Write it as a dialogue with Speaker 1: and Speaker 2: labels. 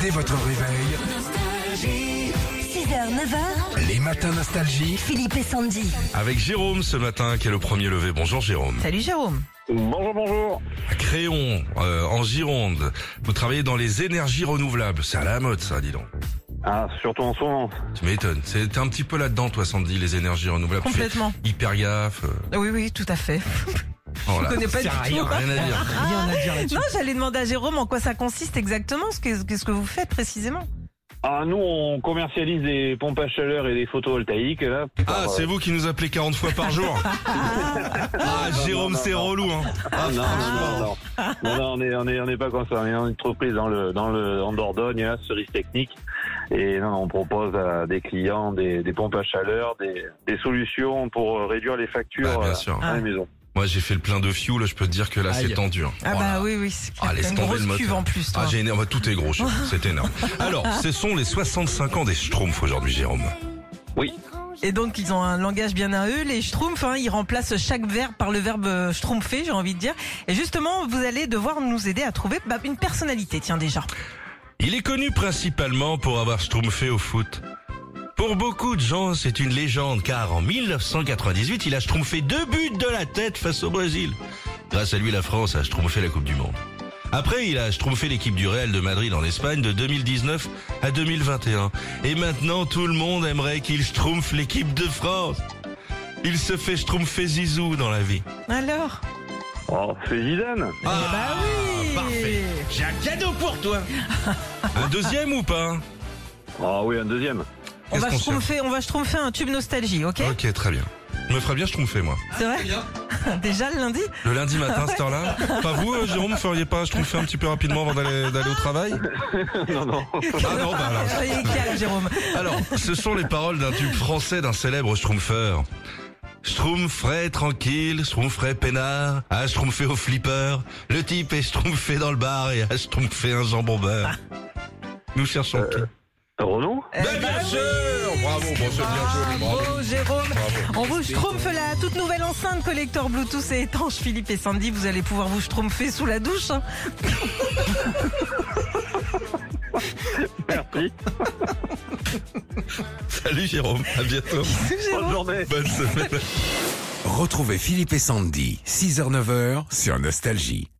Speaker 1: dès votre réveil,
Speaker 2: 6h, 9h,
Speaker 1: les matins nostalgie
Speaker 2: Philippe et Sandy.
Speaker 3: Avec Jérôme ce matin qui est le premier levé. Bonjour Jérôme.
Speaker 4: Salut Jérôme.
Speaker 5: Bonjour, bonjour.
Speaker 3: À Créon, euh, en Gironde, vous travaillez dans les énergies renouvelables. C'est à la mode ça, dis donc.
Speaker 5: Ah, surtout en ce moment.
Speaker 3: Tu m'étonnes. C'est t'es un petit peu là-dedans toi Sandy, les énergies renouvelables. Tu fais
Speaker 4: Complètement.
Speaker 3: hyper gaffe. euh,
Speaker 4: Oui, oui, tout à fait.
Speaker 3: voilà.
Speaker 4: Je connais pas
Speaker 3: Sert à
Speaker 4: du
Speaker 3: rien,
Speaker 4: tout.
Speaker 3: Ah, rien à dire.
Speaker 4: Non, j'allais demander à Jérôme en quoi ça consiste exactement, ce que, qu'est-ce que vous faites précisément.
Speaker 3: Oh
Speaker 5: Ah, nous, on commercialise des pompes à chaleur et des photovoltaïques, là.
Speaker 3: Ah,
Speaker 5: Pour, euh,
Speaker 3: c'est vous qui nous appelez 40 fois par jour. Ah, Jérôme,
Speaker 5: non,
Speaker 3: c'est
Speaker 5: non.
Speaker 3: relou, hein.
Speaker 5: Ah, non, non, non, non. Non, non, on est, on est, on est pas comme ça. On est une entreprise dans le, dans le, en Dordogne, là, cerise technique. Et non, on propose à des clients des, des pompes à chaleur, des, des solutions pour euh, réduire les
Speaker 3: Bah,
Speaker 5: factures
Speaker 3: bien
Speaker 5: euh,
Speaker 3: sûr.
Speaker 5: dans les maisons.
Speaker 3: Moi, j'ai fait le plein de fuel. Je peux te dire que là, c'est
Speaker 6: Aïe.
Speaker 3: tendu. hein.
Speaker 4: Ah
Speaker 3: Oh là
Speaker 4: bah oui, oui, c'est
Speaker 3: Ah,
Speaker 4: t'as
Speaker 3: laisse
Speaker 4: une
Speaker 3: tomber le
Speaker 4: grosse
Speaker 3: moteur.
Speaker 4: cuve en plus, toi.
Speaker 3: Ah, j'ai énorme. Tout est gros, chez nous. c'est énorme. Alors, ce sont les 65 ans des Schtroumpfs aujourd'hui, Jérôme.
Speaker 4: Et donc, ils ont un langage bien à eux. Les schtroumpfs, hein, ils remplacent chaque verbe par le verbe euh, schtroumpfer, j'ai envie de dire. Et justement, vous allez devoir nous aider à trouver bah, une personnalité, tiens déjà.
Speaker 3: Il est connu principalement pour avoir schtroumpfé au foot. Pour beaucoup de gens, c'est une légende, car en 1998, il a schtroumpfé deux buts de la tête face au Brésil. Grâce à lui, la France a schtroumpfé la Coupe du Monde. Après, il a schtroumpfé l'équipe du Real de Madrid en Espagne de 2019 à 2021. Et maintenant, tout le monde aimerait qu'il schtroumpfe l'équipe de France. Il se fait schtroumpfer Zizou dans la vie.
Speaker 4: Alors
Speaker 5: Oh, c'est Zidane.
Speaker 4: Eh bah oui
Speaker 3: Ah, parfait. J'ai un cadeau pour toi. Un deuxième ou pas
Speaker 5: Ah oui, un deuxième.
Speaker 4: on
Speaker 3: Qu'est-ce
Speaker 4: va,
Speaker 3: qu'on Ah,
Speaker 4: schtroumpfer, on va schtroumpfer un tube nostalgie, ok
Speaker 3: Ok, très bien. Je me ferais bien schtroumpfer, moi.
Speaker 4: C'est vrai Déjà le lundi
Speaker 3: Le lundi matin, à cette heure-là. Pas vous, euh, Jérôme, feriez pas schtroumpfer un petit peu rapidement avant d'aller d'aller au travail
Speaker 5: non, non.
Speaker 3: Ah non, bah alors.
Speaker 4: Soyez calme, Jérôme.
Speaker 3: Alors, ce sont les paroles d'un tube français d'un célèbre schtroumpfer. Schtroumpfrait tranquille, schtroumpfrait peinard, a schtroumpfé au flipper, le type est schtroumpfé dans le bar et a schtroumpfé un jambon beurre. Nous cherchons qui
Speaker 5: Renaud
Speaker 4: Eh
Speaker 3: Ben, bien
Speaker 4: bah
Speaker 3: sûr Bravo, bon, c'est bien joué, bravo.
Speaker 4: Bravo Jérôme On vous schtroumpfe la toute nouvelle enceinte collector Bluetooth et étanche Philippe et Sandy, vous allez pouvoir vous schtroumpfer sous la douche. hein.
Speaker 5: Merci.
Speaker 3: Salut Jérôme, à bientôt.
Speaker 5: Bonne
Speaker 4: Jérôme.
Speaker 5: journée.
Speaker 3: Bonne semaine.
Speaker 1: Retrouvez Philippe et Sandy, 6h-9h sur Nostalgie.